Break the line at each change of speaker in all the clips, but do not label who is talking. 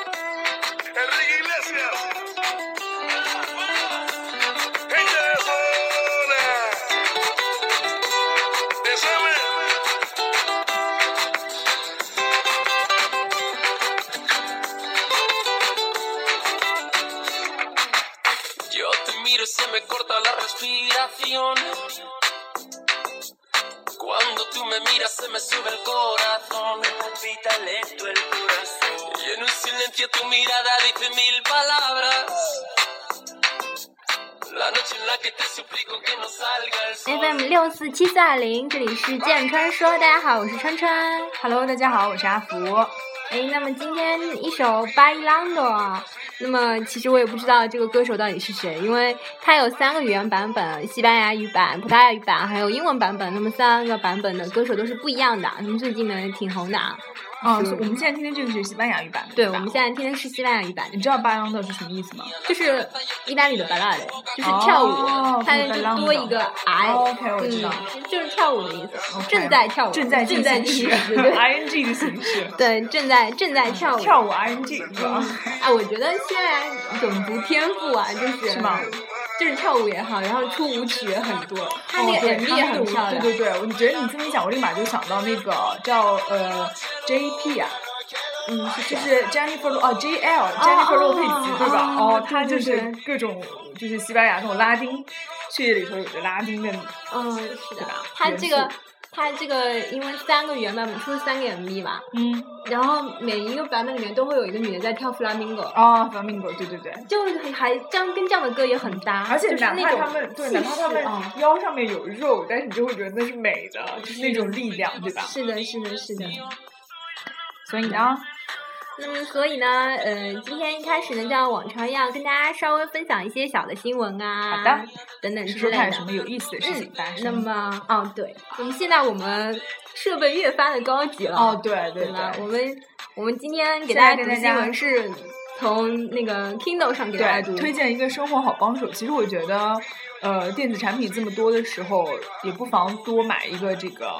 Enrique Iglesias. Gente de zona. ¿Te sabe?
Yo te miro y se me corta la respiración. Cuando tú me miras se me sube el corazón. Me palpita lento el corazón. Y en un silencio tu mirada dice mil palabras. La noche en la que te suplico que no salga el sol.
FM 六四七四二零，这里是健川说，大家好，我是川川。
Hello，大家好，我是阿福。
哎，那么今天一首《巴伊朗多》，
那么其实我也不知道这个歌手到底是谁，因为他有三个语言版本：西班牙语版、葡萄牙语版，还有英文版本。那么三个版本的歌手都是不一样的，他们最近呢也挺红的啊。
哦，
是
所以我们现在听的这个是西班牙语版，
对，
吧
我们现在听的是西班牙语版，
你知道巴朗豆是什么意思吗？
就是意大利的 b a l 就是跳舞
哦，
它就多一个 i。
哦，OK，我知道
嗯，就是跳舞的意思，
OK
正在跳舞，
正在
正在
进行时
对
，ing 的形式，
对，正在正在跳舞。
跳舞 ing 是吧？
哎，我觉得西班牙种族天赋啊，就是
是吗
就是跳舞也好，然后出舞曲也很多，他那
哦
个
对
MV
他
也
那个
很
舞
漂亮。
对对对，我觉得你这么一讲，我立马就想到那个叫呃 JP 啊。嗯，就是 Jennifer Lo- 哦 JL，Jennifer 洛佩
哦
兹
哦
对吧？
哦
哦，她
对
就
对
是各种就是西班牙那种拉丁血液里头有着拉丁的
嗯，是的
对吧，
他
元
这
素
个他这个因为三个原版本出了三个 MV 嘛，
嗯
然后每一个版本里面都会有一个女的在跳 flamingo，
哦 flamingo 对对对，
就是还这样跟这样的歌也很搭，
而且
就是
哪
那
怕
种
他们对，
气
哪怕他
势啊
们腰上面有肉，但是你就会觉得那是美的，就是那种力量，对吧？
是的，是的，是的。
所以呢，
那么，所以呢，呃，今天一开始呢，就像往常一样，跟大家稍微分享一些小的新闻啊，
好的
等等
说
之
说
类
看
的
有
嗯
什么有意思的事情发生。
那么，哦，对，我们现在我们设备越发的高级了，
哦，对对
对吧？我们我们今天给
现在
大家
跟
读
大
新
家
闻是从那个 Kindle 上给大家读
对，，推荐一个生活好帮手。其实我觉得，呃，电子产品这么多的时候，也不妨多买一个这个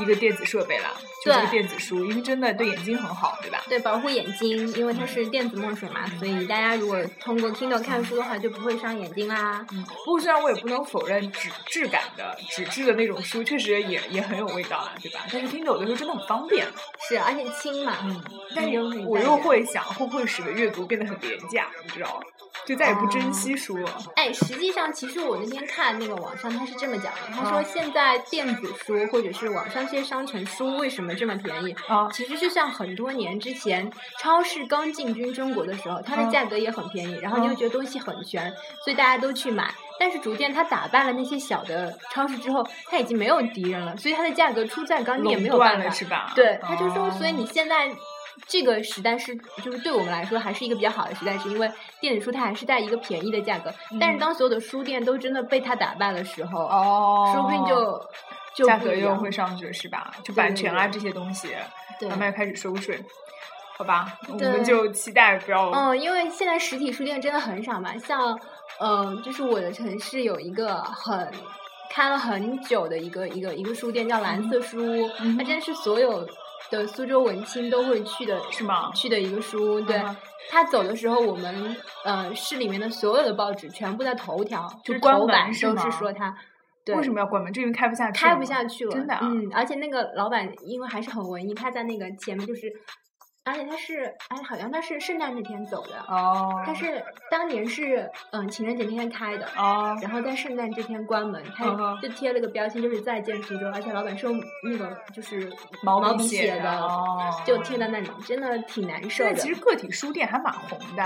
一个电子设备啦，就是
对
个电子书，因为真的对眼睛很好，对吧？
对保护眼睛，因为它是电子墨水嘛，所以大家如果通过 Kindle 看书的话，就不会伤眼睛啦。
嗯，不过虽然我也不能否认纸质感的纸质的那种书确实也也很有味道啦，对吧？但是听着有的时候真的很方便。
是，而且轻嘛，
嗯，但
你
是
又可以
我
带
又
着
会想，会不会使得阅读变得很廉价？你知道吗，就再也不
哦
珍惜书了。
哎，实际上，其实我那天看那个网上，他是这么讲的，他说
嗯
现在电子书或者是网上这些商城书为什么这么便宜？
啊
其实就像很多年之前，超市刚进军中国的时候，它的
嗯
价格也很便宜，然后你又
嗯
觉得东西很全，所以大家都去买。但是逐渐它打败了那些小的超市之后，它已经没有敌人了，所以它的价格出再高你也没有
垄断
办
了
法。
是吧？
对，他就说，
哦
所以你现在这个时代是，就是对我们来说还是一个比较好的时代，是因为电子书它还是在一个便宜的价格。但是
嗯
当所有的书店都真的被它打败的时候，
哦，
说不定就就
价
不
格
一
又
样
会上去是吧？就
对
版
对
权啊
对
这些东西，
对
慢。慢开始收税，好吧？我
对
们就期待不要
嗯，因为现在实体书店真的很少嘛，像，嗯、就是我的城市有一个很开了很久的一个一个一个书店，叫蓝色书屋，
嗯
它真的是所有的苏州文青都会去的，
是吗
去的一个书屋，对
嗯哼。
他走的时候，我们呃市里面的所有的报纸全部在头条，
就
就是
关
头
门
版
是
都是
吗
说他，对，
为什么要关门？这因为开不下去了
开
吗，
不下去了，
真的啊。
嗯，而且那个老板因为还是很文艺，他在那个前面就是，而且他是，哎，好像他是圣诞那天走的，
哦，
他是当年是嗯情人节那天开的，
哦，
然后在圣诞这天关门，
嗯
他
哼
就贴了个标签，就是再见苏州，而且老板是用那个就是
毛
毛
笔写
写
的
的，
哦
就贴在那里，真的挺难受
现
的。
在其实个体书店还蛮红的，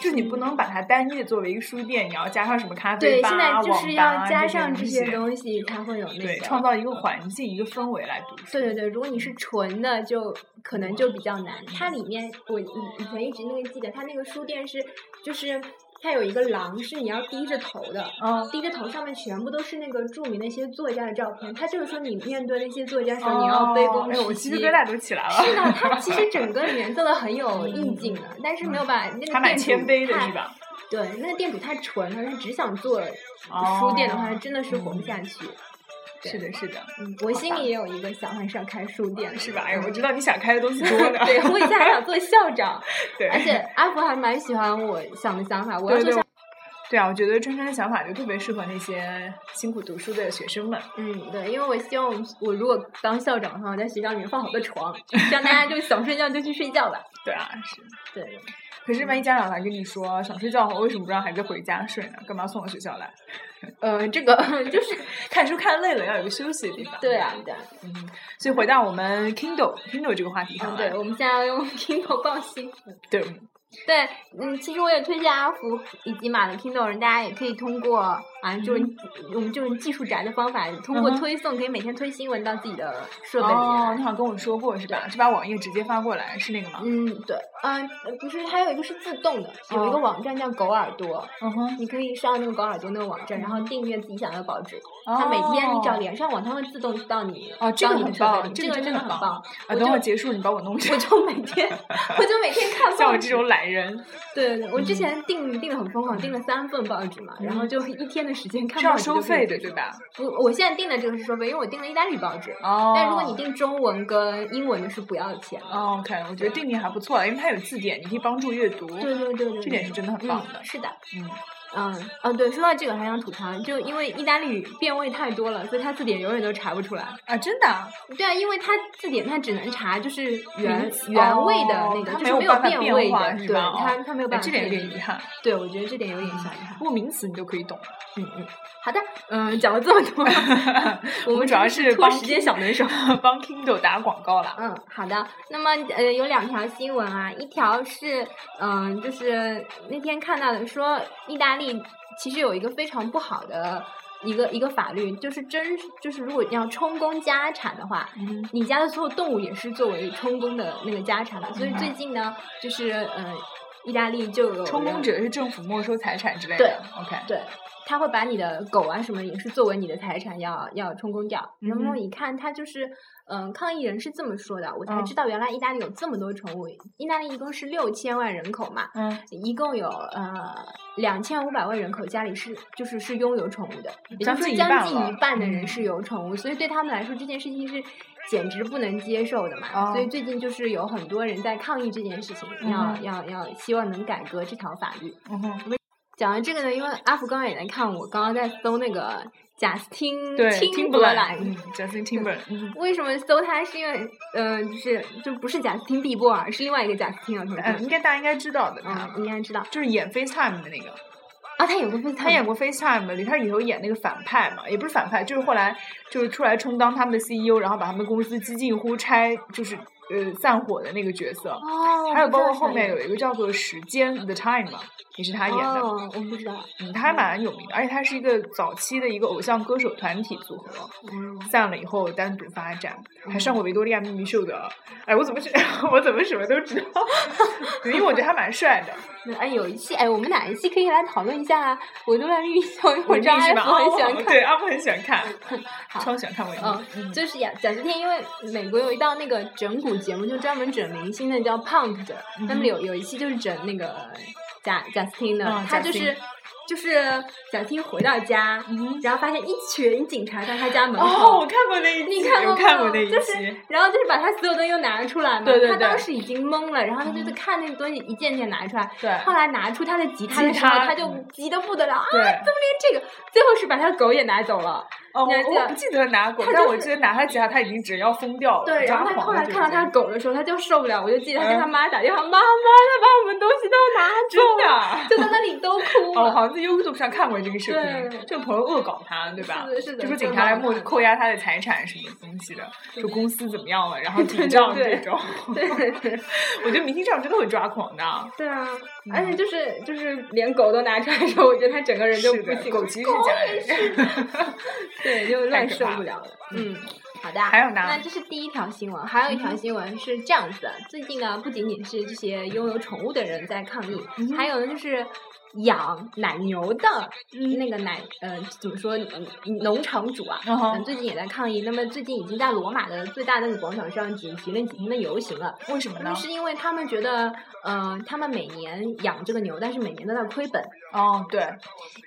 就是你不能把它单一的作为一个书店，你要加上什么咖啡
对，
吧、
现在就是
网吧啊
要加上这
这
些
西，
东西才会有那
对，
个。
创造一个环境、一个氛围来读书。
对对对，如果你是纯的，就可能就比较难。它里面我以以前一直那个记得，它那个书店是就是它有一个廊是你要低着头的，
嗯
低着头上面全部都是那个著名的一些作家的照片。它就是说你面对那些作家的时候，你要卑
哦
躬
哎，我
屈
鸡
膝。
皮疙瘩都起来了。
是的，它其实整个里面做的很有意境的，但是没有把那
还
个
嗯蛮
店主
谦卑的
太
是吧？
对，那个店主太纯了，他只想做
哦嗯
书店的话，他真的是活不下去。
是的，是的，
嗯，我心里也有一个想法是要开书店的，
是吧？哎，我知道你想开的东西多呢
嗯。对，我以前还想做校长，
对，
而且阿福还蛮喜欢我想的想法，我要
对
做
对
校，
对啊，我觉得川川的想法就特别适合那些辛苦读书的学生们。
嗯，对，因为我希望我我如果当校长的话，我在学校里面放好多 床，这样大家就想睡觉就去睡觉吧。
对啊，是。
对，
可是万一家长来跟你说想睡觉，为什么不让孩子回家睡呢？干嘛送到学校来？
呃，这 个就是
看书看累了要有个休息的地方。
对啊，对啊，
嗯，所以回到我们 Kindle Kindle 这个话题
嗯，
上来
对，，我们现在要用 Kindle 报新。
对，
对，嗯，其实我也推荐阿福以及马的 Kindle 人，大家也可以通过啊，就是、我们这种技术宅的方法，通过
嗯嗯哼
推送可以每天推新闻到自己的设备里面来。
哦，你好像跟我说过是吧？是把网页直接发过来，是那个吗？
嗯，对，嗯、不是，还有一个是自动的，有一个
哦
网站叫狗耳朵，
嗯哼，
你可以上那个狗耳朵那个网站，
嗯
然后订阅自己想要的报纸，它
他
每天你只要连上网，它会自动到你
哦这个
到你的
很
设备里，
棒
这
这个
真
真
的
的
很
很
棒。
啊，
我
等
就
会儿结束你帮我弄一下
我。就每天，我就每天看
像
报
我这
纸
种懒人，
对对，我之
嗯
前订订的很疯狂，订了三份报纸嘛，然后就一天的时间看
是
报
要
纸都
收
不
费
够
的，对？吧？
我我现在订的这个是收费，因为我订了意大利报纸。
哦
但如果你订中文跟英文的是不要钱的。
哦，OK，我觉得定定还不错，因为它有字典，你可以帮助阅读。
对对对对，
这点是真的很
对
棒的
嗯。是的，
嗯，
嗯啊，对，说到这个还想吐槽，就因为意大利语变位太多了，所以它字典永远都查不出来。
啊，真的啊，
对啊，因为它字典它只能查就是原
名词
原位的那
哦
个，
它
就
没
是
有
有
办法变
位
化
的，
是
对，
吧
它
哦
它没有
哎
办法
这
变。
点有点遗憾。
对，我觉得这点有点小遗憾。
不过名词你都可以懂。，
嗯嗯，好的，嗯，讲了这么多我们
主
真
要
的
是
拖
帮
时间小能手。
帮 Kindle 打广告啦。
嗯，好的。那么呃，有两条新闻啊，一条是嗯、就是那天看到的说，意大利其实有一个非常不好的一个一个法律，就是真就是如果你要充公家产的话，
嗯，
你家的所有动物也是作为充公的那个家产的。所以最近呢，就是呃，意大利就有
充公
人
者是政府没收财产之类的。，OK，
对，他会把你的狗啊什么也是作为你的财产要要充公掉。然
嗯
后
哼
一看，他就是嗯、呃抗议人是这么说的，我才
嗯
知道原来意大利有这么多宠物。意大利一共是六千万人口嘛，
嗯
一共有呃两千五百万人口家里是就是是拥有宠物的，也就
将
是说
近一
将
半
近
了
一半的人
嗯
是有宠物，所以对他们来说这件事情是。简直不能接受的嘛！所以
哦
最近就是有很多人在抗议这件事情，要
嗯
要要希望能改革这条法律。
嗯哼，
讲到这个呢，因为阿福刚刚也在看我，刚刚在搜那个贾斯汀
对
汀伯
，Timberland，
兰。
嗯，Justin Timberland，嗯，
为什么搜他？是因为，嗯、就是就不是贾斯汀碧波尔，是另外一个贾斯汀啊，同
呃应
志。
该大家应该知道的，
嗯，
他
应该知道
就是演 FaceTime 的那个，
啊，他有个分，
他演过 FaceTime 的，里他里头演那个反派嘛，也不是反派，就是后来就是出来充当他们的 CEO，然后把他们公司几近乎拆，就是呃散伙的那个角色。
哦，
还有
我不知道
包括
是
后
他
面
演
有一个叫做《时间》的 Time 嘛，也是他演的。
哦，我不知道。
嗯，他还蛮有名的，而且他是一个早期的一个偶像歌手团体组合，
嗯
散了以后单独发展，还上过维多利亚秘密秀的。哎，我怎么是， 我怎么什么都知道？ 因为我觉得他蛮帅的，
那哎，有一期哎，我们哪一期可以来讨论一下《啊维多利亚秘密秀》？因为我
文
知道
艺是
阿
吧？
福很喜欢
哦
看。
对，阿木很喜欢看，
好
超喜欢看文艺。
嗯，就是贾贾斯汀，因为美国有一道那个整蛊节目，就专门整明星的，叫 Punk 的。那么
嗯哼
有有一期就是整那个贾贾斯汀的，
嗯
他
贾
就
斯汀
是就是贾斯汀回到家，
嗯哼
然后发现一群警察在他家门
哦，我
口。
看过那一集，
你看
我
过
看
吗
过那一
就是
集。
然后就是把他所有东西都拿出来嘛，
对对
他当
对嗯
时已经懵了，然后他就是看那个东西一件件拿出来，
对
后来拿出他的吉他的
吉
时候，
他
他就
嗯
急得不得了啊！
对，
这个最后是把他的狗也拿走了，
哦，我
你还记
我
得
不记得拿过
他，
但
就
我
是
记得拿他吉他，他已经只要疯掉了。
对，然后
抓
他
狂
后
了
来
就
看
已
到他
经
狗的时候，他就受不了，我就记得他跟
嗯
他妈打电话，妈妈，他把我们东西都拿
真的
走了，
啊。
就在那里都哭
哦，
了。
好像在优酷上看过这个视
对
频，这个朋友恶搞他，对吧？
是的是的
就说
这
警
个
察来
蛮好
没
看的
扣押他的财产什么东西的，
对
说公司怎么样了，然后
对
抵账
对
这种。
对 对对
我觉得明星这样真的会抓狂的，
对啊，
嗯
而且就是就是连狗都拿出来的时候，我觉得他整个人就是不
的，
行，
狗其实是假人。
对，就乱
太可
受
怕
不了了。嗯，好的。
还有呢
那这是第一条新闻，还有一条新闻是这样子的：最近呢，不仅仅是这些拥有宠物的人在抗议，
嗯哼
还有呢就是。养奶牛的那个奶，呃，怎么说？嗯农场主啊，
嗯哼
嗯最近也在抗议。那么最近已经在罗马的最大那个广场上举行了几天的游行了。
为什么
那
呢
么？是因为他们觉得，嗯、他们每年养这个牛，但是每年都在亏本，
哦，对，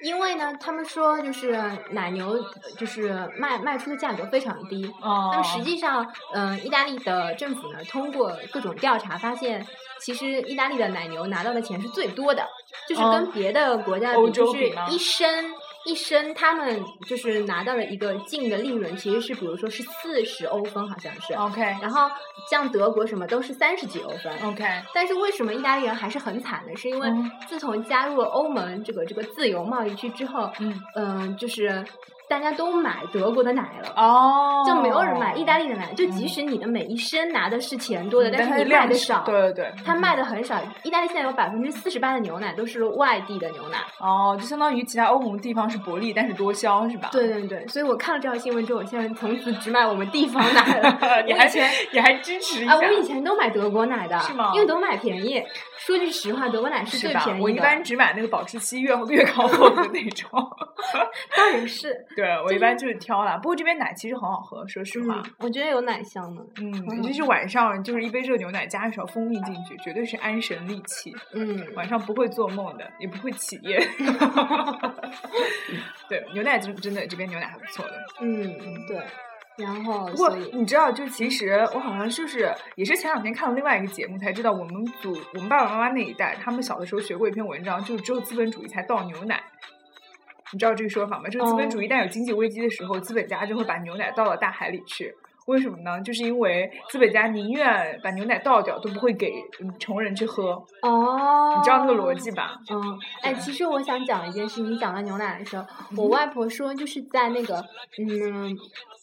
因为呢，他们说就是奶牛就是卖卖出的价格非常低。
哦，
那么实际上，嗯、意大利的政府呢，通过各种调查发现，其实意大利的奶牛拿到的钱是最多的，就是
哦
跟别的国家
欧
比，就
洲比
是
吗
一升一升，他们就是拿到了一个净的利润，其实是比如说是四十欧分，好像是。
OK
然后像德国什么都是三十几欧分，
OK，
但是为什么意大利人还是很惨呢？是因为
嗯
自从加入了欧盟这个这个自由贸易区之后，
嗯，
嗯、就是大家都买德国的奶了。
哦，
就没有人买意大利的奶，就即
嗯
使你的每一升拿的是钱多的，
嗯
但
它
是你
量
卖的
是
少，
对对对，
它
嗯
卖的很少。意大利现在有百分之四十八的牛奶都是外地的牛奶，
哦，就相当于其他欧盟地方是薄利，但是多销是吧？。
对对对，所以我看了这条新闻之后，我现在从此只买我们地方奶了
你
我
还
以前
也还支持一 下，
啊，我以前都买德国奶的，
是吗
因为德国奶便宜。说句实话，德国奶是
是
最
吧
便宜的。
我一般只买那个保质期越越靠后的那种。
当然是，
对我
就
一
是
般就是挑啦，不过这边奶其实很好喝，说实话
嗯。，我觉得有奶香的。
嗯，
很
尤其
好
是晚上，就是一杯热牛奶加一勺蜂蜜进去，绝对是安神利气，
嗯，
晚上不会做梦的，也不会起夜。 对，牛奶真真的这边牛奶还不错的。
嗯，对。然后，
不过
所以
你知道，就其实我好像就是也是前两天看了另外一个节目才知道，我们祖我们爸爸妈妈那一代，他们小的时候学过一篇文章，就是只有资本主义才倒牛奶。你知道这个说法吗？就是资本
哦
主义一旦有经济危机的时候，资本家就会把牛奶倒到大海里去。为什么呢？就是因为资本家宁愿把牛奶倒掉，都不会给嗯穷人去喝。
哦，
你知道那个逻辑吧？
嗯，哎，其实我想讲一件事，你讲到牛奶的时候，
嗯
我外婆说就是在那个嗯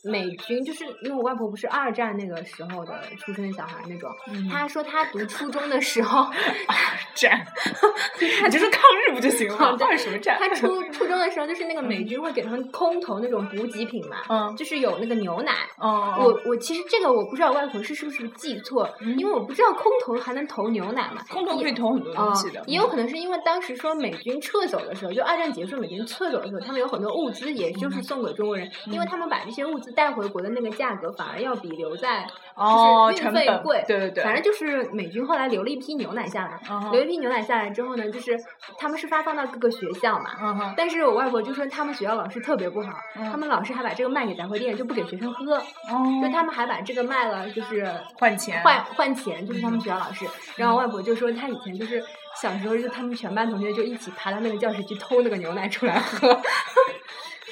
美军，就是因为我外婆不是二战那个时候的出生的小孩那种，
嗯
她说她读初中的时候，
这样，你就说抗日不就行了吗？
好的
抗什么战？
她初初中的时候就是那个美军会给他们空投那种补给品嘛，
嗯
就是有那个牛奶。
嗯，
我我其实这个我不知道我外婆是是不是记错，
嗯
因为我不知道空投还能投牛奶嘛，
空投
也
可以投很多东
啊，
西的，
也有可能是因为当时说美军撤走的时候，就二战结束，美军撤走的时候，他们有很多物资，也
嗯
就是送给中国人，因为他们把这些物资带回国的那个价格反而要比留在
哦，
就是
成
运费
本
贵
对对对，
反正就是美军后来留了一批牛奶下来，
嗯哼
留一批牛奶下来之后呢，就是他们是发放到各个学校嘛。
嗯哼，
但是我外婆就说他们学校老师特别不好，
嗯
他们老师还把这个卖给杂货店，就不给学生喝，就
哦，
他们还把这个卖了，就是
换钱，
换换钱，就是他们学校老师。然后外婆就说，她以前就是小时候，就他们全班同学就一起爬到那个教室去偷那个牛奶出来喝。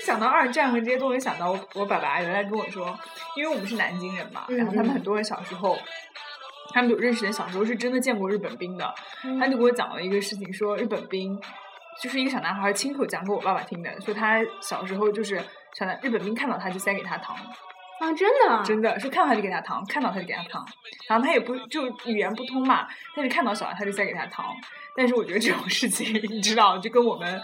想到二战和这些东西，想到我我爸爸原来跟我说，因为我们是南京人嘛，
嗯
然后他们
嗯
很多人小时候。他们有认识人，小时候是真的见过日本兵的。他
嗯
就给我讲了一个事情，说日本兵就是一个小男孩亲口讲给我爸爸听的，说他小时候就是小男日本兵看到他就塞给他糖，
啊，真的啊，
真的是看到他就给他糖，看到他就给他糖，然后他也不就语言不通嘛，但是看到小孩他就塞给他糖。但是我觉得这种事情， 你知道，就跟我们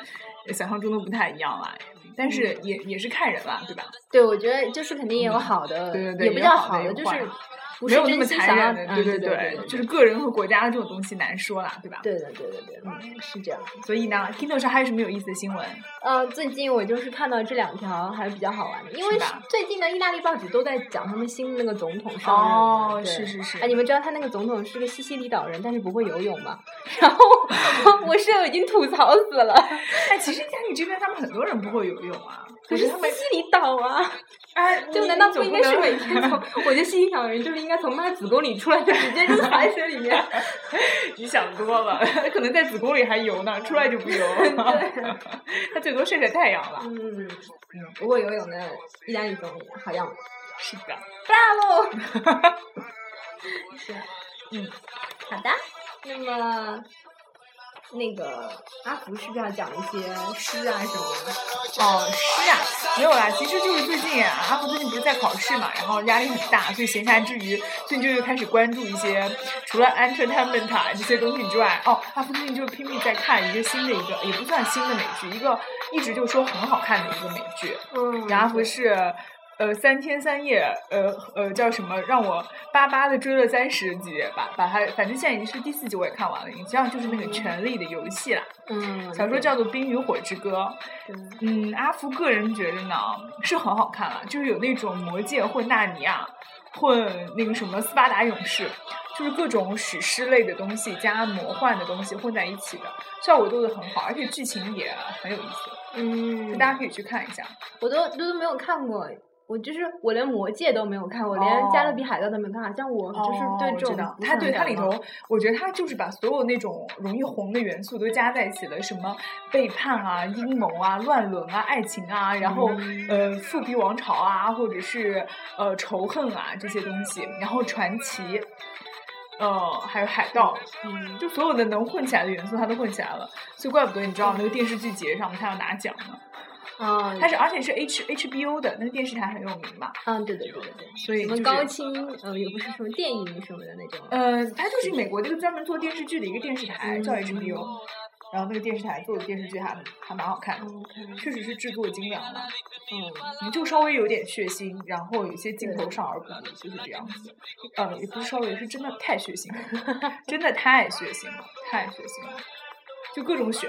想象中的不太一样啦。但是
嗯
也也是看人啦，对吧？
对，我觉得就是肯定也有好的，
对对对
也不叫
有好
的，
的有
就
坏
是
的
不
没
是
有那
真
么
心
残
想要，
忍的，
嗯
对
对
对
对，
就是个人和国家的这种东西难说啦，对吧？
对的，对的，对的，嗯，是这样。
所以呢，Kindle 上还有什么有意思的新闻？
呃，最近我就是看到这两条还是比较好玩的，因
是
为
吧
最近的意大利报纸都在讲他们新那个总统上任嘛。
哦，
对
是是是
哎，，你们知道他那个总统是个西西里岛人，但是不会游泳吗？然 后我室友已经吐槽死了，
哎，其实家里这边他们很多人不会游泳啊，
可
我
是
觉得他
西
们
西里岛啊，
哎，
就
你
难道
你
不
总
应该是
能
每天从？我觉得西西里岛人就是应该从妈子宫里出来就直接扔海水里面。
你想多了， 可能在子宫里还游呢，出来就不游了。 他最多晒晒太阳了。
嗯，不会游泳的意大利总理好样的。
是的，
Bravo！是，啊
嗯，
好的。那么，那个阿福是不是要讲一些诗啊什么的？
哦，是啊，没有啦。其实就是最近啊，阿福最近不是在考试嘛，然后压力很大，所以闲暇之余，最近就又开始关注一些除了 entertainment 啊这些东西之外，哦，阿福最近就拼命在看一个新的一个，也不算新的美剧，一个一直就说很好看的一个美剧，
嗯
然后是呃三天三夜，呃呃叫什么？让我巴巴的追了三十集吧，把它反正现在已经是第四集，我也看完了。你知道就是那个《权力的游戏》啦，
嗯，
小说叫做《冰与火之歌》。
对
嗯，阿福个人觉得呢是很好看了，就是有那种魔界混纳尼亚，混那个什么斯巴达勇士，就是各种史诗类的东西加魔幻的东西混在一起的，效果做的很好，而且剧情也很有意思，
嗯，
大家可以去看一下。
我都都没有看过，我就是我连《魔戒》都没有看，我连
哦
《加勒比海盗》都没有看，好啊像我就是对这
哦我知
种
道
不是
它
很
对它
感
里
冒
头，我觉得它就是把所有那种容易红的元素都加在一起了，什么背叛啊、阴谋啊、乱伦啊、爱情啊，然后、
嗯
呃复辟王朝啊，或者是呃仇恨啊这些东西，然后传奇，呃还有海盗，
嗯，
就所有的能混起来的元素它都混起来了，所以怪不得你知道那个电视剧节上它要拿奖呢。
啊，
它是而且是 H HBO 的那个电视台很有名嘛，
嗯，对对对对对，
所以
什
就
么
是
高清呃也不是什么电影什么的那种，
呃，它就是美国这个专门做电视剧的一个电视台，叫
嗯
HBO，然后那个电视台做的电视剧还还蛮好看的，
嗯 OK
确实是制作精良的，
嗯，
你就稍微有点血腥，然后有些镜头少儿不宜，就是这样子。呃，也不是稍微，是真的太血腥了，真的太血腥了，太血腥了，就各种血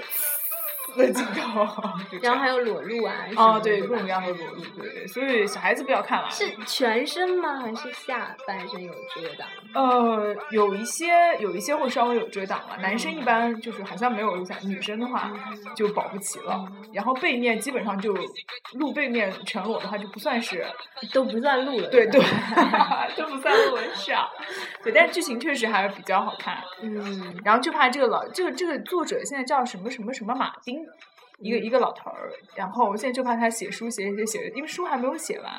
的镜头， 就这
然后还
样
有裸露啊，什么
哦，
的
对，各
吧
种各样的裸露，对对对，所以小孩子不要看了。
是全身吗？还是下半身有遮挡？
呃，有一些有一些会稍微有遮挡了，男生一般就是好像没有遮挡，女生的话就保不齐了。然后背面基本上就露背面全裸的话就不算是
都不算露了，
对
吧
对， 都不算露纹饰啊。对，但是剧情确实还是比较好看。
嗯，
然后就怕这个老这个这个作者现在叫什么什么什么马丁，一个一个老头儿。然后现在就怕他写书写写写，因为书还没有写完，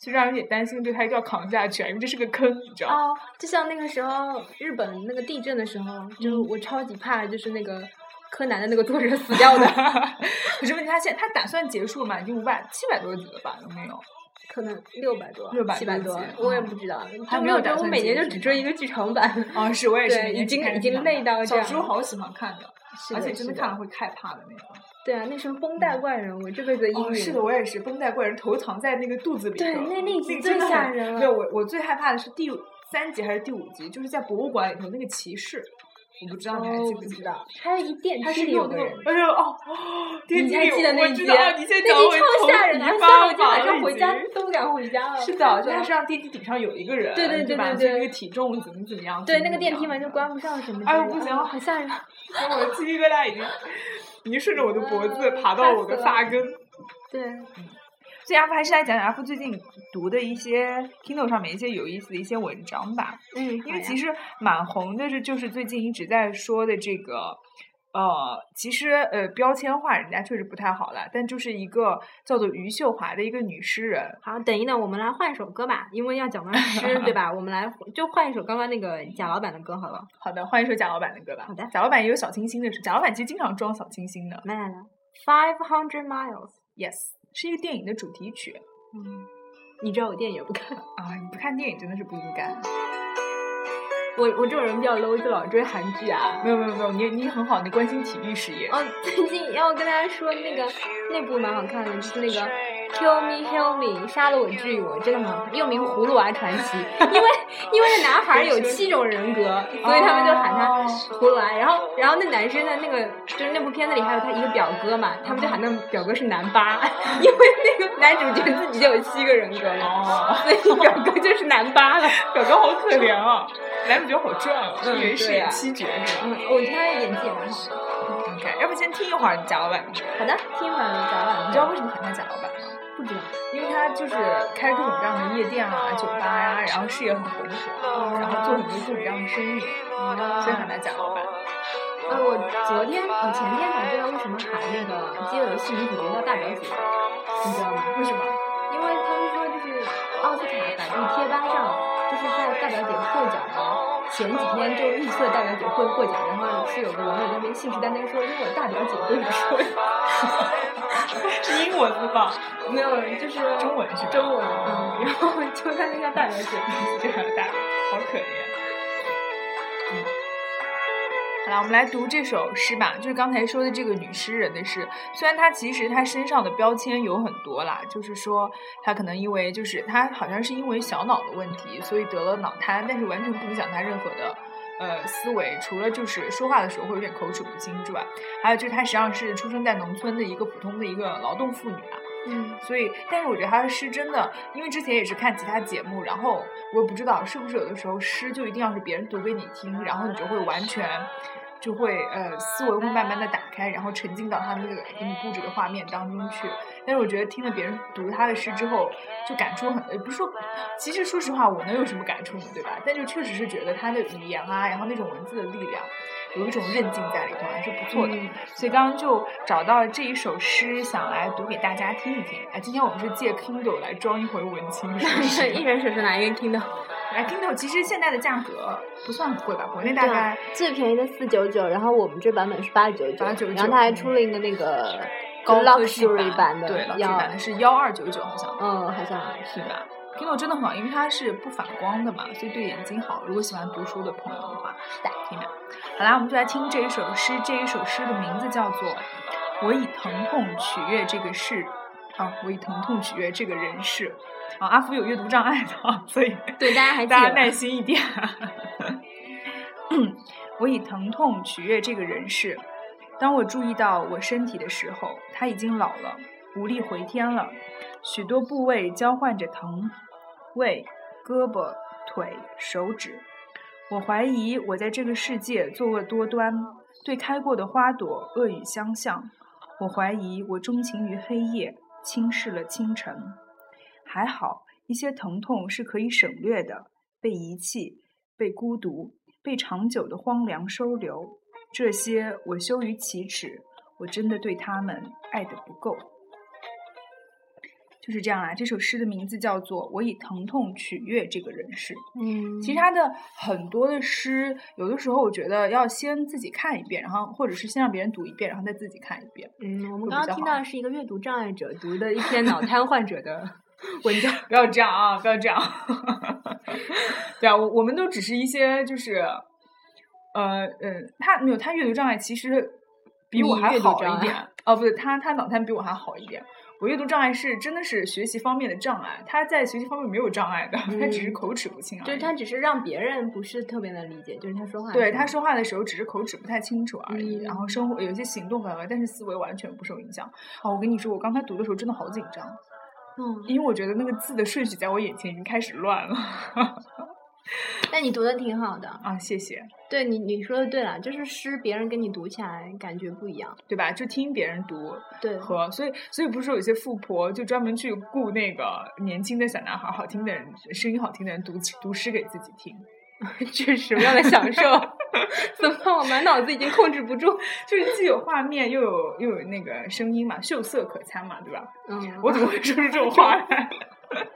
就让人也担心，对他一定要扛下去啊，因为这是个坑，你知道吗？
哦，就像那个时候日本那个地震的时候，
嗯
就我超级怕，就是那个柯南的那个作者死 掉的，
可是问题他现在他打算结束嘛？已经五百七百多集了吧？有没有？
可能六百多、
600
七百
多集
我也
嗯
不知道，
还
就
没
没有
有打
追我
算
每
结
年就
束
只追一个剧场版。
哦，是我也是
对
每年
已
只
经
看
已经
这样
累
的
到这
小
样
时候好喜欢看的，
是
而
的
且真
是
的
的
看了会害怕的那种。
对啊，那时候绷带怪人，我这辈子的阴
哦，
影。
是的，我也是绷带怪人头藏在那个肚子里头。
对那那一集
真
最
的
吓
很
人了
对，我我最害怕的是第五三集还是第五集，就是在博物馆里头那个骑士，我不知道你还
哦
记
我不
记
知
得
道。，还有一电
他
梯
是
里
用
有
那
个
个
人，，
哎呦哦，电
你
梯
还
里
记得
我
那一
知
集
道
啊？
你现在讲
那
我
集超吓人的，
头皮
吓我一
发
跳，晚上
麻啊了
回
已
家
经
都不敢回家了。
是的，就
对
他是让电梯顶上有一个人，
对对对
吧
对
就那
对
个体重怎么怎么样，
对
怎么
那个
怎么
电梯
样
门就关。不上什么之类的。
哎呦不行
啊好 吓人！
然后我的鸡皮疙瘩已经已经 顺着我的脖子
嗯
爬到我的发根。
对，
所以阿福还是来讲讲阿福最近读的一些 Kindle 上面一些有意思的一些文章吧，
嗯，
因为其
实
实蛮红的是就是最近一直在说的这个。呃，其实呃，标签化人家确实不太好了，但就是一个叫做余秀华的一个女诗人，
好，等一等，我们来换一首歌吧，因为要讲到诗，对吧？我们来就换一首刚刚那个贾老板的歌好了。
好的，换一首贾老板的歌吧。
好的
贾老板也有小清新的时候，贾老板其实经常装小清新的。
来来来，Five Hundred Miles。
Yes，是一个电影的主题曲
嗯，你知道我电影也不看，
啊！你不看电影真的是不应该。
我我这种人比较 low，就老追韩剧啊。
没有没有没有，你你很好，你关心体育事业。
哦，最近要跟大家说那个那部蛮好看的，就是那个《Kill Me Kill Me》杀了我治愈我，真的很好看，又名《葫芦娃传奇》，因为因为那男孩儿有七种人格，所以他们就喊
哦
他葫芦娃。然后然后那男生的那个就是那部片子里还有他一个表哥嘛，他们就喊那表哥是男八， 因为那个男主角自己就有七个人格了，
哦，
所以表哥就是男八了。
表哥好可怜啊！男主角好赚啊，
嗯
以为是
对啊
演七绝是吧
嗯，我觉得他演技也蛮好的。
？OK，要不先听一会儿贾老板的歌。
好的，听一会儿咱晚
你知道为什么喊他贾老板吗？
不知道？
因为他就是开各种各样的夜店啊、酒吧呀、然后事业很红火，然后做很多各种各样的生意，嗯所以喊他贾老板。
呃，我昨天，我前天才知道为什么喊那个《饥饿游戏》女主角叫大表姐，你知道吗？
为什么？
因为他们说就是奥斯卡百度贴吧上，就是在大表姐获奖的前几天就预测大表姐会获奖，然后是有个网友在那边信誓旦旦说，如果大表姐不是 说，
是英文的吧？
没有，就是
中文啊是吧？
中文，嗯，然后就他就叫大表姐。
这个大，好可怜。嗯，好了，我们来读这首诗吧，就是刚才说的这个女诗人的诗。虽然她其实她身上的标签有很多啦，就是说她可能因为就是她好像是因为小脑的问题，所以得了脑瘫，但是完全不影响她任何的。呃，思维除了就是说话的时候会有点口齿不清之外，还有就是她实际上是出生在农村的一个普通的一个劳动妇女啊，
嗯，
所以，但是我觉得他的诗真的，因为之前也是看其他节目，然后我也不知道是不是有的时候诗就一定要是别人读给你听，然后你就会完全就会呃思维会慢慢的打开，然后沉浸到他那个给你布置的画面当中去。但是我觉得听了别人读他的诗之后，就感触很，呃不是说，其实说实话，我能有什么感触呢，对吧？但就确实是觉得他的语言啊，然后那种文字的力量，有一种韧劲在里头，还是不错
嗯
的。所以刚刚就找到了这一首诗，想来读给大家听一听。啊，今天我们是借 Kindle 来装一回文青，是不是？
一人手上拿一个 Kindle，
哎，Kindle 其实现在的价格不算贵吧，国内
啊
大概
最便宜的四九九，然后我们这版本是八九九，
899
然后他还出了一个那个
高科技
luxury 版的，
对，老 u
要
版的是幺二九九，好像
嗯，好像
是吧？Kindle 真的很好，因为它是不反光的嘛，所以对眼睛好。如果喜欢读书的朋友的话，
是的。
可以买。好啦，我们就来听这一首诗，这一首诗的名字叫做《我以疼痛取悦这个事》啊，我以疼痛取悦这个人世。啊，阿福有阅读障碍的啊，所以
对，大家还记
大家耐
得
心一点。 我以疼痛取悦这个人世。当我注意到我身体的时候，它已经老了，无力回天了，许多部位交换着疼，胃、胳膊、腿、手指。我怀疑我在这个世界作恶多端，对开过的花朵恶语相向。我怀疑我钟情于黑夜，轻视了清晨。还好，一些疼痛是可以省略的，被遗弃、被孤独、被长久的荒凉收留，这些我羞于启齿，我真的对他们爱的不够。就是这样啊，这首诗的名字叫做《我以疼痛取悦这个人世》。
嗯，
其实他的很多的诗，有的时候我觉得要先自己看一遍，然后或者是先让别人读一遍，然后再自己看一遍。
嗯，我
会
们
比
刚
较
刚听
好
到的是一个阅读障碍者读的一篇脑瘫患者 的文章，
不要这样啊！不要这样。 对啊，我我们都只是一些就是，呃呃，他没有他阅读障碍，其实比我
你
还
阅读
好
障
一
碍
点。哦，不对，他他脑瘫比我还好一点。我阅读障碍是真的是学习方面的障碍，他在学习方面没有障碍的，他只是
嗯
口齿不清而已。
就是他只是让别人不是特别能理解，就是他说话
对
是
他说话的时候只是口齿不太清楚而已，
嗯
然后生活有些行动范围，但是思维完全不受影响。哦，我跟你说，我刚才读的时候真的好紧张，
嗯，
因为我觉得那个字的顺序在我眼前已经开始乱了。
但你读的挺好的，
啊，谢谢，
对你你说的对了，就是诗别人跟你读起来感觉不一样，
对吧？就听别人读
对，
和，所以所以不是说有些富婆就专门去雇那个年轻的小男孩，好听的人，声音好听的人读读诗给自己听，
这是什么样的享受？ 怎么我满脑子已经控制不住？
就是既有画面又有又有那个声音嘛，秀色可餐嘛，对吧？
嗯，
我怎么会说出这种话来？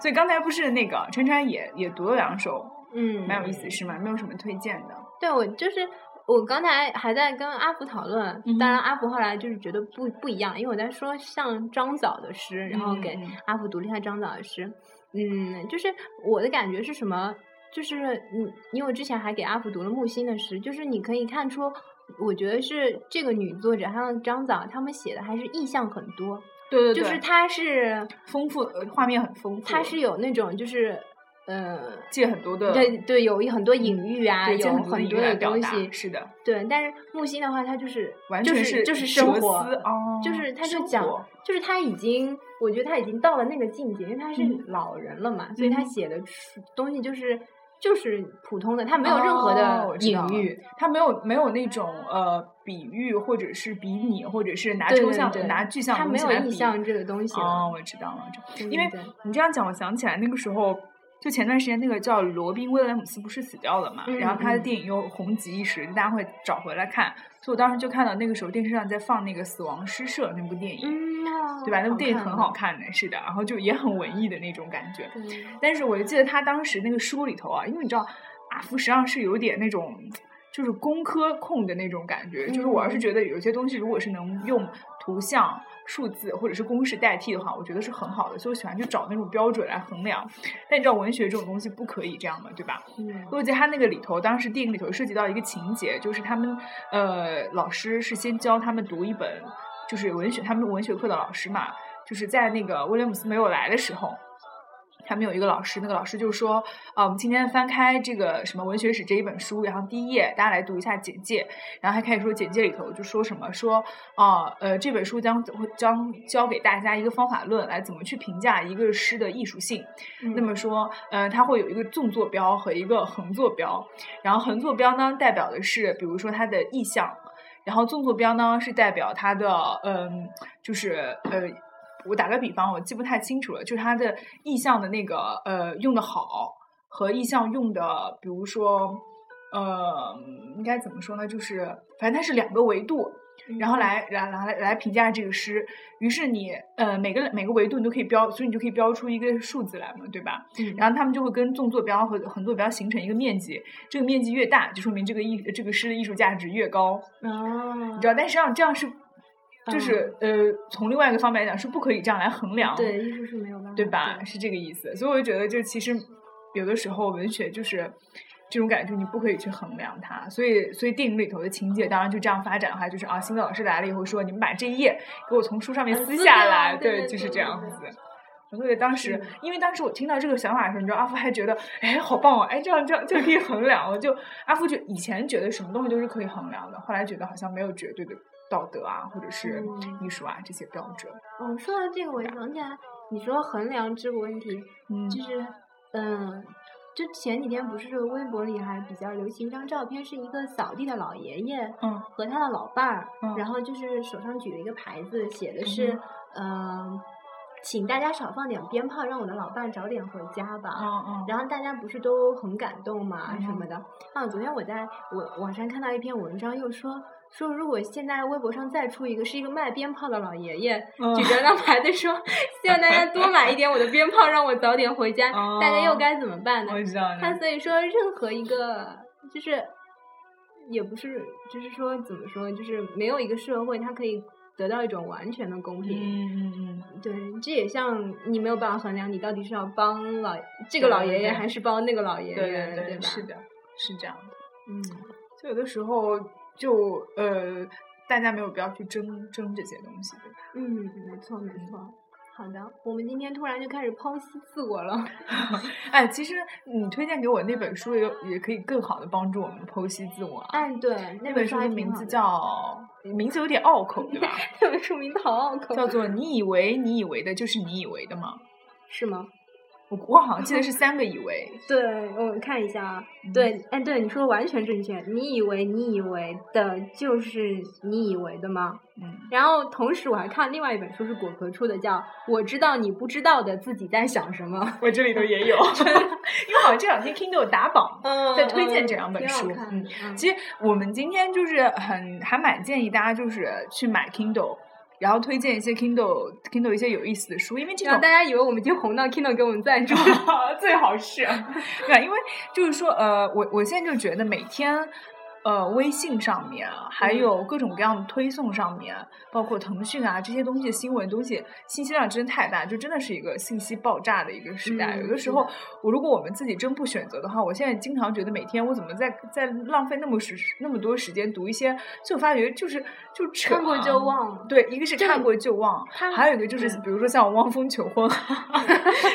所以刚才不是那个川川也也读了两首
嗯，
蛮有意思的诗嘛，没有什么推荐的。
对，我就是我刚才还在跟阿福讨论，
嗯哼
当然阿福后来就是觉得不不一样，因为我在说像张枣的诗，然后给
嗯
阿福读了一下张枣的诗，嗯，就是我的感觉是什么？就是你，因为我之前还给阿福读了木心的诗，就是你可以看出，我觉得是这个女作者还有张枣他们写的还是意象很多，
对对对，
就是她是
丰富，呃画面很丰富，
她是有那种就是呃。
借很多的
对对，有一很多隐喻啊，
对
有
借很多的
很
隐喻
多
来
的
表
东
达
西，
是的，
对，但是木心的话，他就是
完
就
全
是就是是
哲
生活
思，哦
就是他就
生
讲
活，
就是他已经，我觉得他已经到了那个境界，因为他是
嗯
老人了嘛，所以他
嗯
写的书东西就是就是普通的，他没有任何
哦我
的
知
隐
道了
喻，
他没有没有那种呃比喻或者是比拟，或者是拿
对
抽
对
象
对
拿具象
他
的东
没
西
有
来
意
比
象这个东西
哦
了，
我知道了，我知道
对
因
对
为
对
你这样讲，我想起来那个时候，就前段时间那个叫罗宾威廉姆斯不是死掉了嘛，然后
嗯
他的
嗯
电影又红极一时，大家会找回来看。所以我当时就看到那个时候电视上在放那个《死亡诗社》那部电影，
嗯，
对吧？那部电影很好
看
看的，是的，然后就也很文艺的那种感觉。
啊。对
但是我就记得他当时那个书里头啊，因为你知道阿福实际上是有点那种。就是工科控的那种感觉，就是我要是
嗯
觉得有些东西如果是能用图像、数字或者是公式代替的话，我觉得是很好的，所以我喜欢去找那种标准来衡量。但你知道文学这种东西不可以这样的，对吧？
嗯
我记得他那个里头，当时电影里头涉及到一个情节，就是他们呃老师是先教他们读一本，就是文学他们文学课的老师嘛，就是在那个威廉姆斯没有来的时候，他们有一个老师，那个老师就说啊，我们今天翻开这个什么文学史这一本书，然后第一页大家来读一下简介，然后他开始说简介里头就说什么说啊呃这本书将会将教给大家一个方法论来怎么去评价一个诗的艺术性。那么说呃它会有一个纵坐标和一个横坐标，然后横坐标呢代表的是比如说它的意象，然后纵坐标呢是代表它的嗯，就是呃，我打个比方，我记不太清楚了，就是它的意象的那个呃用的好和意象用的，比如说呃应该怎么说呢？就是反正它是两个维度，
嗯
然后来来来来评价这个诗。于是你呃每个每个维度你都可以标，所以你就可以标出一个数字来嘛，对吧？
嗯
然后他们就会跟纵坐标和横坐标形成一个面积，这个面积越大，就说明这个艺这个诗的艺术价值越高。
哦
你知道，但实际上这样是，就是、呃，从另外一个方面来讲是不可以这样来衡量，
对，艺术是没有办法，
对吧？是这个意思。所以我就觉得，就其实有的时候文学就是这种感觉，你不可以去衡量它。所以，所以电影里头的情节当然就这样发展的话，就是啊，新的老师来了以后说，你们把这一页给我从书上面
嗯
撕
撕
下
掉
来，
对对
就是
对
这样
对
子。我所以当时
嗯，
因为当时我听到这个想法的时候，你知道阿福还觉得，哎，好棒哦，哎，这样这样就可以衡量了。就阿福就以前觉得什么东西都是可以衡量的，后来觉得好像没有绝对的道德啊，或者是
嗯
艺术啊这些标准。
哦，说到这个，我想起来，你说衡量这个问题，
嗯
就是，嗯，就前几天不是微博里还比较流行一张照片，是一个扫地的老爷爷
嗯
和他的老伴儿，
嗯
然后就是手上举了一个牌子，写的是，嗯、请大家少放点鞭炮，让我的老伴早点回家吧。
嗯嗯
然后大家不是都很感动嘛什
嗯
么的。啊，昨天我在我网上看到一篇文章，又说说如果现在微博上再出一个是一个卖鞭炮的老爷爷
嗯
举着那牌子 说，希望大家多买一点我的鞭炮，让我早点回家，大家又
哦
该怎么办呢？
我知道嗯
他
了。
所以说，任何一个就是，也不是，就是说怎么说，就是没有一个社会它可以得到一种完全的公平。
嗯嗯
对，这也像你没有办法衡量你到底是要帮老这个
对
老爷
对
爷还是帮那个老爷
嗯，
爷，
对对
吧？
是的，是这样的。
嗯，
就有的时候就呃，大家没有必要去争争这些东西，对吧？
嗯，没错没错。
嗯
好的，我们今天突然就开始剖析自我 了。
哎，其实你推荐给我那本书也有也可以更好的帮助我们剖析自我啊。
哎，对，那
那
本
本
书
书
还
的
挺
名
好
字
的，
叫名字有点拗口，对吧？
那本书名字好拗口，
叫做“你以为你以为的就是你以为的吗
是吗？？”
我我好像记得是三个以为，
对，我看一下啊
嗯。
对，哎，对，你说的完全正确。你以为你以为的就是你以为的吗？
嗯，
然后同时我还看另外一本书是果壳出的，叫《我知道你不知道的自己在想什么
我这里头也 有，因为好像这两天 Kindle 打榜》，
嗯
在推荐这两本书，
嗯，
嗯
挺好看的
其实我们今天就是很还蛮建议大家就是去买 Kindle，然后推荐一些 Kindle Kindle 一些有意思的书，因为这
让
种
大家以为我们已经红到 Kindle 给我们赞助
最好是， 对，因为就是说呃，我我现在就觉得每天。呃，微信上面啊，还
嗯
有各种各样的推送上面，包括腾讯啊这些东西，新闻东西信息量真的太大，就真的是一个信息爆炸的一个时代。
嗯
有的
是
时候
的，
我如果我们自己真不选择的话，我现在经常觉得每天我怎么在在浪费那么时那么多时间读一些，就发觉就是就扯、
看过就。忘。
对，一个是
这
看
个
过就忘，
它
还有一个就是，
对嗯
比如说像汪峰求婚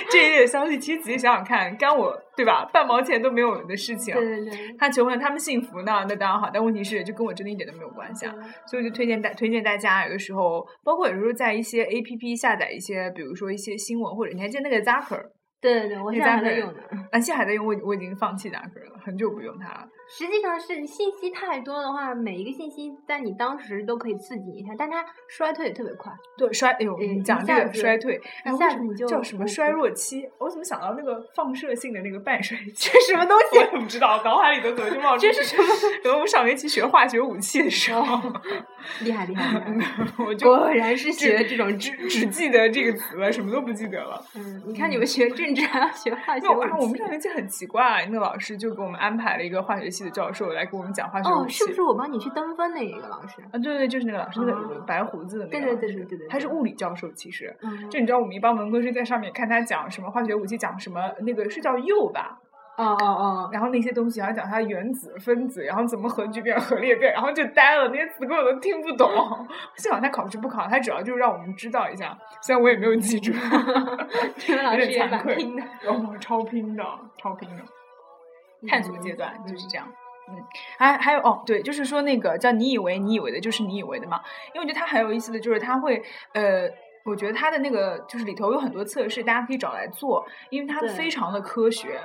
这一类的消息，其实仔细想想看，干我对吧，半毛钱都没有的事情
对，对对。
他求婚他们幸福呢，那当然好，但问题是，就跟我真的一点都没有关系啊。所以我就推荐大推荐大家，有的时候，包括有时候在一些 A P P 下载一些，比如说一些新闻，或者你还记得那个 Zucker，
对对对，我
那
现在还
咱
在
们
用呢。
啊，现在还在用，我我已经放弃 Zucker 了，很久不用它了。
实际上是信息太多的话，每一个信息在你当时都可以刺激一下，但它衰退也特别快。
对，衰，哎呦，
嗯
你
一
讲这
下
个
子
衰退，哎，
一
为
下
什
子
么
你就
叫什么
我
衰
我
弱期？我怎么想到那个放射性的那个半衰期？ 什么东西？我也不知道，脑海里头怎么就冒出
这是
这什么？ 可能我们上学期学化学武器的时候，
厉害厉害 厉害！
我就
果然是学
这种只 只记得这个词了，什么都不记得了。
嗯，你看你们学政治还要学化学
那我啊
武
我们
器
上学期很奇怪，那个老师就给我们安排了一个化学系的教授来给我们讲化学武
哦，
器。
是不是我帮你去登分的一个老师？
啊，对对，就是那个老师，那个有
啊
白胡子的那个
对
老
对
师。
对对对对，
他是
对
物理教授，其实。
嗯
就你知道，我们一般文科生在上面看他讲什么化学武器，讲什么那个是叫铀吧？
嗯
哦哦哦，然后那些东西还讲它原子、分子，然后怎么核聚变、核裂变，然后就呆了，那些词根本都听不懂。幸好他考试不考，他主要就是让我们知道一下，虽然我也没有记住，
体育老
有
师
点
也
惭
蛮
愧
拼 的。，
然后我超拼的，超拼的。
嗯
探索阶段就是这样。嗯，还还有哦，对，就是说那个叫你以为你以为的就是你以为的嘛，因为我觉得它很有意思的就是它会呃。我觉得它的那个就是里头有很多测试，大家可以找来做，因为它
对
非常的科学，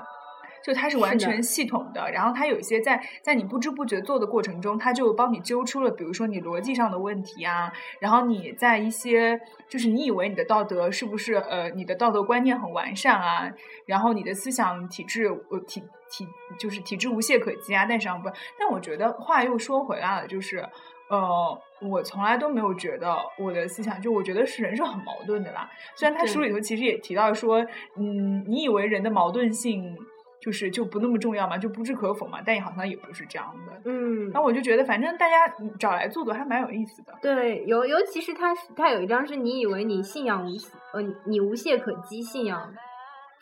就它是完
是的
全系统的。然后它有一些在在你不知不觉做的过程中，它就帮你揪出了，比如说你逻辑上的问题啊，然后你在一些就是你以为你的道德是不是呃你的道德观念很完善啊，然后你的思想体制呃体体就是体制无懈可击啊，但实际上不。但我觉得话又说回来了，就是呃，我从来都没有觉得我的思想就我觉得是人是很矛盾的啦。虽然他书
对
里头其实也提到说，嗯，你以为人的矛盾性就是就不那么重要嘛，就不置可否嘛，但也好像也不是这样的。
嗯
然，后我就觉得，反正大家嗯找来做做还蛮有意思的。
对，尤尤其是他他有一张是你以为你信仰无呃你无懈可击，信仰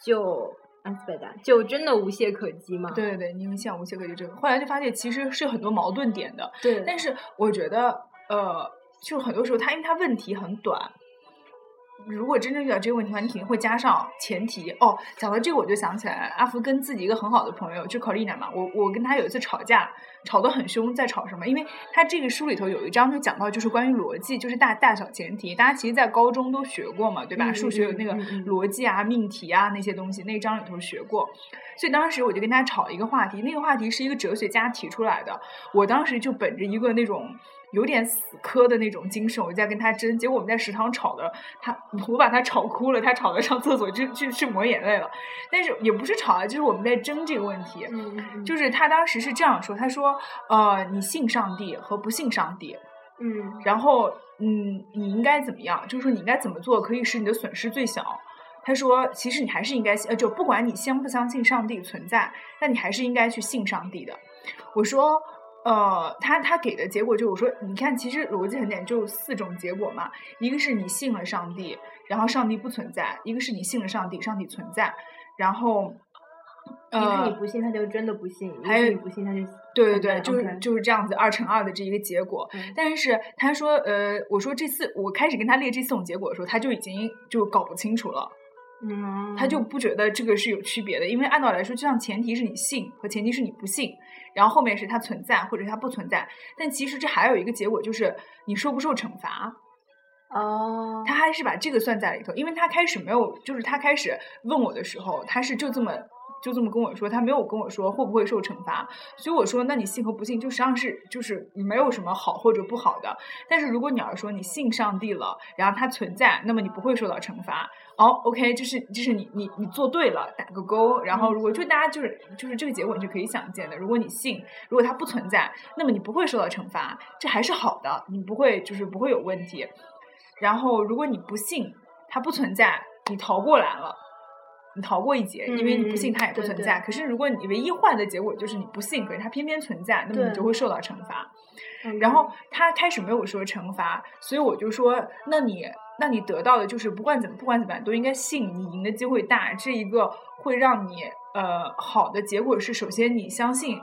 就安斯贝达就真的无懈可击嘛？
对对对，你像无懈可击这个，后来就发现其实是很多矛盾点的，
对
但是我觉得，呃，就很多时候它因为它问题很短，如果真正遇到这个问题的话，你肯定会加上前提。哦，讲到这个我就想起来了，阿福跟自己一个很好的朋友，就 c o l i n a 嘛，我我跟他有一次吵架，吵得很凶，在吵什么？因为他这个书里头有一章就讲到，就是关于逻辑，就是大大小前提，大家其实在高中都学过嘛，对吧？
嗯
数学有那个
嗯嗯嗯
逻辑啊、命题啊那些东西，那一章里头学过。所以当时我就跟他吵一个话题，那个话题是一个哲学家提出来的，我当时就本着一个那种有点死磕的那种精神，我在跟他争，结果我们在食堂吵的，他我把他吵哭了，他吵得上厕所去去去抹眼泪了，但是也不是吵啊，就是我们在争这个问题，
嗯嗯
就是他当时是这样说，他说，呃，你信上帝和不信上帝，
嗯
然后嗯，你应该怎么样？就是说你应该怎么做可以使你的损失最小。他说，其实你还是应该信呃，就不管你相不相信上帝存在，但你还是应该去信上帝的。我说。呃，他他给的结果就是我说，你看，其实逻辑很简单，就有四种结果嘛。一个是你信了上帝，然后上帝不存在；一个是你信了上帝，上帝存在。然后，
一
呃，
是你不信，他就真的不信；一
还有
是你不信，他就
对
存在
对对，就是
，OK
就是这样子二乘二的这一个结果。
嗯
但是他说，呃，我说这四，我开始跟他列这四种结果的时候，他就已经就搞不清楚了，
嗯，
他就不觉得这个是有区别的，因为按道理来说，就像前提是你信和前提是你不信，然后后面是它存在或者它不存在。但其实这还有一个结果就是你受不受惩罚。
哦，
他还是把这个算在里头，因为他开始没有，就是他开始问我的时候，他是就这么就这么跟我说，他没有跟我说会不会受惩罚，所以我说那你信和不信，就实际上是就是没有什么好或者不好的。但是如果你要是说你信上帝了，然后他存在，那么你不会受到惩罚。哦，OK，这是这是你你你做对了，打个勾。然后如果就大家就是就是这个结果你是可以想见的，如果你信，如果它不存在，那么你不会受到惩罚，这还是好的，你不会就是不会有问题。然后如果你不信它不存在，你逃过来了，你逃过一劫，因为你不信它也不
嗯嗯嗯
存
对
在。可是如果你唯一坏的结果就是你不信，可是它偏偏存在，那么你
对
就会受到惩罚。
嗯
然后他开始没有说惩罚，所以我就说，那你那你得到的就是不管怎么不管怎么样都应该信，你赢的机会大，这一个会让你呃好的结果是，首先你相信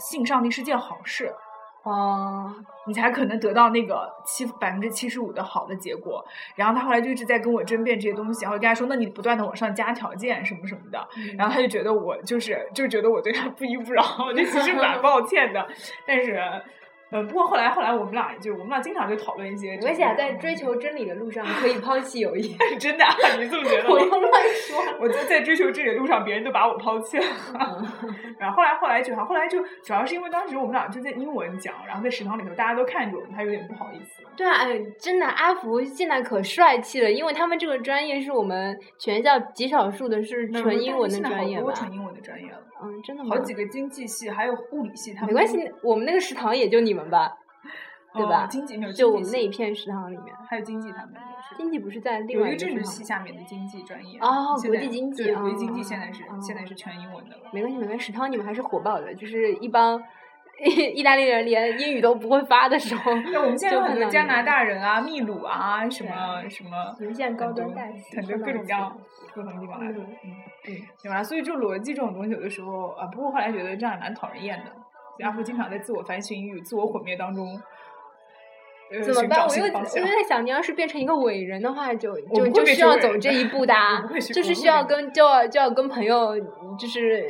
信上帝是件好事，
哦，
你才可能得到那个七百分之七十五的好的结果。然后他后来就一直在跟我争辩这些东西，然后跟他说，那你不断的往上加条件什么什么的，
嗯
然后他就觉得我就是就觉得我对他不依不饶，我就其实 蛮抱歉的，但是。呃，不过后来后来我们俩就我们俩经常就讨论一些，
而且在追求真理的路 上，可以抛弃友 谊。
真的啊、你这么觉得
不
吗？
要乱说。
我在在追求这个路上，别人都把我抛弃了。
嗯
然后后来后来就后来就主要是因为当时我们俩就在英文讲，然后在食堂里头大家都看着我们，他有点不好意思。
对啊，哎，真的，阿福现在可帅气了，因为他们这个专业是我们全校极少数的是
那
纯英文的
现在
专业
好多
吧？
纯英文的专业了，
嗯，真的吗
好？几个经济系还有物理系，他们
没关
都
系，，我们那个食堂也就你们吧，对
哦
吧
经济没有经济系，
就我们那一片食堂里面，
还有经济他们也是。
经济不是在另
有
外
一
一
个
个食
政治
堂
系
吗。
下面的经济专业
哦
现
国
在
际经济
对
哦
国际经
哦
济现在是
哦
现在是全英文的了。
没关系，没关系，食堂你们还是火爆的，就是一帮 意大利人连英语都不会发的时 候，
那我们现在有很多加
大，
拿大人啊、秘鲁啊、什么什么
我，们现在高端大气，
很多各种各样不同地方来的，
嗯
嗯，对吧？所以就逻辑这种东西，有的时候啊，不过后来觉得这样也蛮讨人厌的。家伙经常在自我反省与自我毁灭当中，呃，
怎么
寻
办？
找
我
新
又我
的方
又
向。
在想，你要是变成一个伟人的话，就
我
就
不会
就
变
需
成
要
伟
走
人
这一步的、
我
啊
不会，去
就
我
是
不
需
会
要
变
跟就要就要跟朋友就是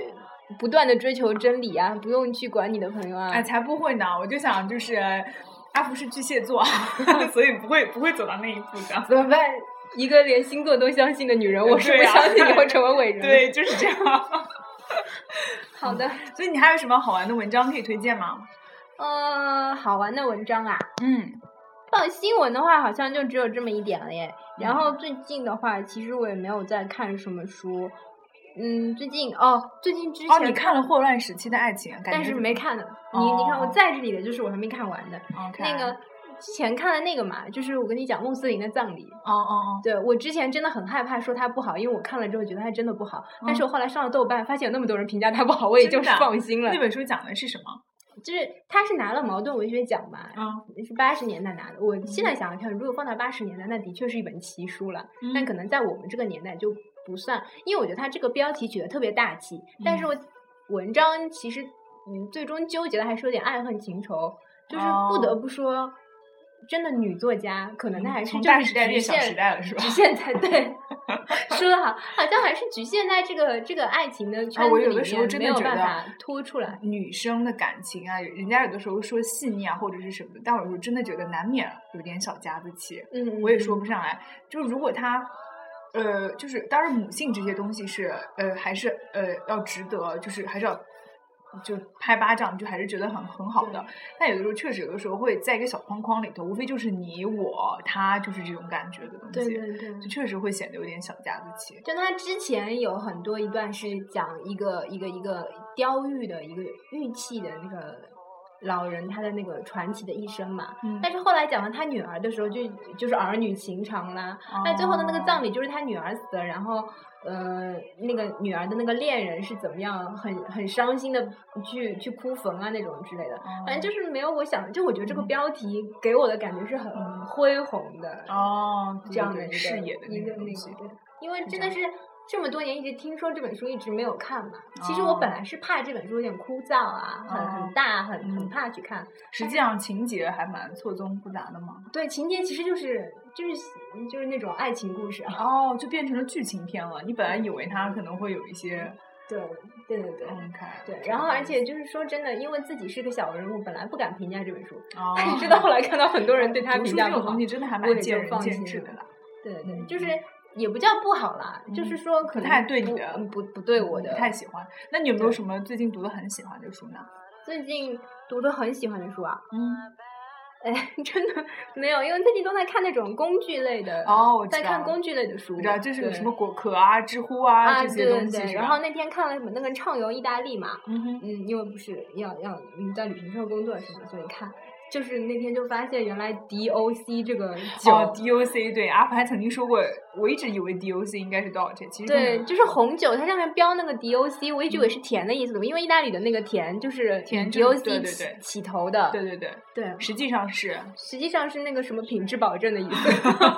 不断的追求真理啊，不用去管你的朋友啊。
哎，才不会呢！我就想就是，阿福是巨蟹座， 所以不会不会走到那一步的。
怎么办？一个连星座都相信的女人，我是
对
不
啊
相信 你会成为伟人。，
对，就是这样。
好的，
所以你还有什么好玩的文章可以推荐吗？
呃，好玩的文章啊，
嗯，
报新闻的话，好像就只有这么一点了耶。然后最近的话，其实我也没有在看什么书。嗯，最近哦，最近之前
哦，你看了《霍乱时期的爱情》，感觉
但是
怎
没
么
看的。你你看，我
哦
在这里的就是我还没看完的、
样。
那个
OK，
之前看的那个嘛，就是我跟你讲穆斯林的葬礼。
哦哦哦，
对我之前真的很害怕说它不好，因为我看了之后觉得它真的不好。但是
嗯
我后来上了豆瓣，发现有那么多人评价它不好，我也
真
就是
的啊
放心了
那。本书讲的是什么？
就是它是拿了茅盾文学奖嘛，
嗯
是八十年代拿的。我现在想想看，如果放到八十年代，那的确是一本奇书了。
嗯
但可能在我们嗯这个年代就不算，因为我觉得它这个标题取得特别大气，但是
嗯
我文章其实嗯最终纠结的还是有点爱恨情仇，就是不得
哦嗯
不说，真的女作家可能她还是
从
就
大
是
时代
局
变小
限
时代了，是吧
局？限 在对，说的好，好像还是局限在这个这个爱情的圈
啊我
子
有
里
的时
面，
候真
没
的
有
觉
办
得
法拖出来。
女生的感情啊，人家有的时候说细腻啊，或者是什么的，但我有时候真的觉得难免有点小家子气。
嗯，
我也说不上来。就如果他，呃，就是当然母性这些东西是，呃，还是呃要值得，就是还是要就拍巴掌，就还是觉得很很好的。但有的时候确实有的时候会在一个小框框里头，无非就是你我他，就是这种感觉的东
嗯对
西，
对对。
就确实会显得有点小家子气。
就他之前有很多一段是讲一个一个一个雕玉的一个玉器的那个老人他的那个传奇的一生嘛，
嗯
但是后来讲到他女儿的时候就，就是儿女情长啦。那、最后的那
哦
个葬礼就是他女儿死了，然后呃，那个女儿的那个恋人是怎么样很很伤心的去去哭坟啊那种之类的。
哦，
反正就是没有我想的，就我觉得这个标题给我的感觉是很
嗯
恢宏的，
哦，对
这样的
对
一个
视野的
一
个
个那
东
个
西，
对，因为
是
真
这
的
样
是这么多年一直听说这本书，一直没有看嘛。其实我本
哦
来是怕这本书有点枯燥啊，很
哦
很大，很
嗯
很怕去看。
实际上情节还蛮错综复杂的嘛。
对，情节其实就是就是就是那种爱情故事啊。
哦，就变成了剧情片了。你本来以为它可能会有一些
对对对对。
OK，
对，然后而且就是说真的，因为自己是个小人物，本来不敢评价这本书，
哦
但，是到后来看到很多人对他
读
评
书
价
这
不
种
好
东，西真的还
我
蛮
也
见
就
仁
放
见
弃
智
了
的啦。
对对，
嗯
就是也不叫不好啦，就
嗯
是说可
不
能
太对你
不
的
嗯不不对我
嗯
的
不太喜欢。那你有没有
对
什么最近读的很喜欢的书呢？
最近读的很喜欢的书啊，
嗯，
哎， 真的没有，因为最近都在看那种工具类的，
哦我知
在看
道
工具类的书，
我知道，就是有
对
什么果壳啊、知乎啊
啊，对
这些
对
东西
对。
是
然
吧
后那天看了什么那个《畅游意大利》嘛，
嗯哼，
嗯，因为不是要要嗯在旅行社工作什么，所以看，就是那天就发现原来 DOC 这个酒。
哦，DOC 对，阿福还曾经说过，我一直以为 DOC 应该是多少钱，其实根本
对，就是红酒，它上面标那个 DOC，我一直以为是甜的意思，因为意大利的那个甜就是
嗯甜
以
就是
DOC
对对
起
对
起头的，
对对对，
对
实际上是
实际上是那个什么品质保证的意思，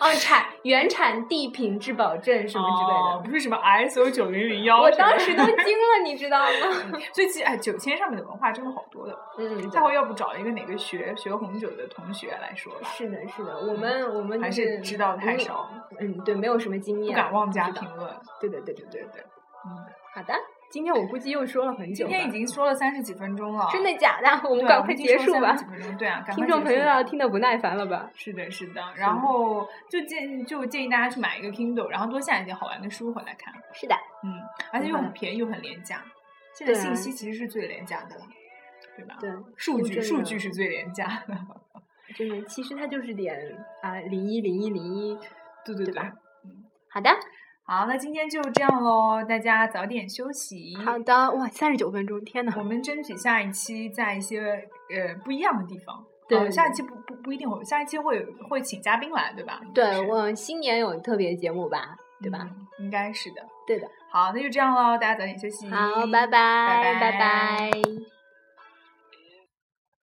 哦，产原产地品质保证什么之类的。
哦不是什么 ISO 九零零幺。
我当时都惊了，你知道吗？
所以其实哎，酒签上面的文化真的好多的。
嗯，
下回要不找一个哪个学学红酒的同学来说吧，
是的，是的，我们我们
还
就是
知道太
嗯
少，
嗯，对，没有什么经
不
验，
敢妄
不
加
知道
评论。
对对对对对对。
嗯，
好的，今天我估计又说了很久
今
吧，
天已经说了三十几分钟了，
真的假的？我
对
们
啊，
赶
我
快
已经
结
说
束
了
吧
30，几分钟，对啊，赶快
听众
结
朋友
束
要
吧
听得不耐烦了吧？
是的，是的，然后就建就建议大家去买一个 Kindle，然后多下一些好玩的书回来看，
是的，
嗯，而且又
好的
很便宜又很廉价，现在
对啊
信息其实是最廉价的了，对吧？
对，
数据
真
数
的
据是最廉价的，
真的，其实它就是点啊零一零一零一。
对对
对
对
吧。好的，
好，那今天就这样喽，大家早点休息。
好的，哇，三十九分钟，天呐！
我们争取下一期在一些呃不一样的地方。
对
呃下一期不不不一定会，下一期会会请嘉宾来，对吧？
对我新年有特别节目吧，对
对
吧？？
嗯应该是的。
对的。
好，那就这样喽，大家早点休息。
好，拜拜，
拜
拜
拜
拜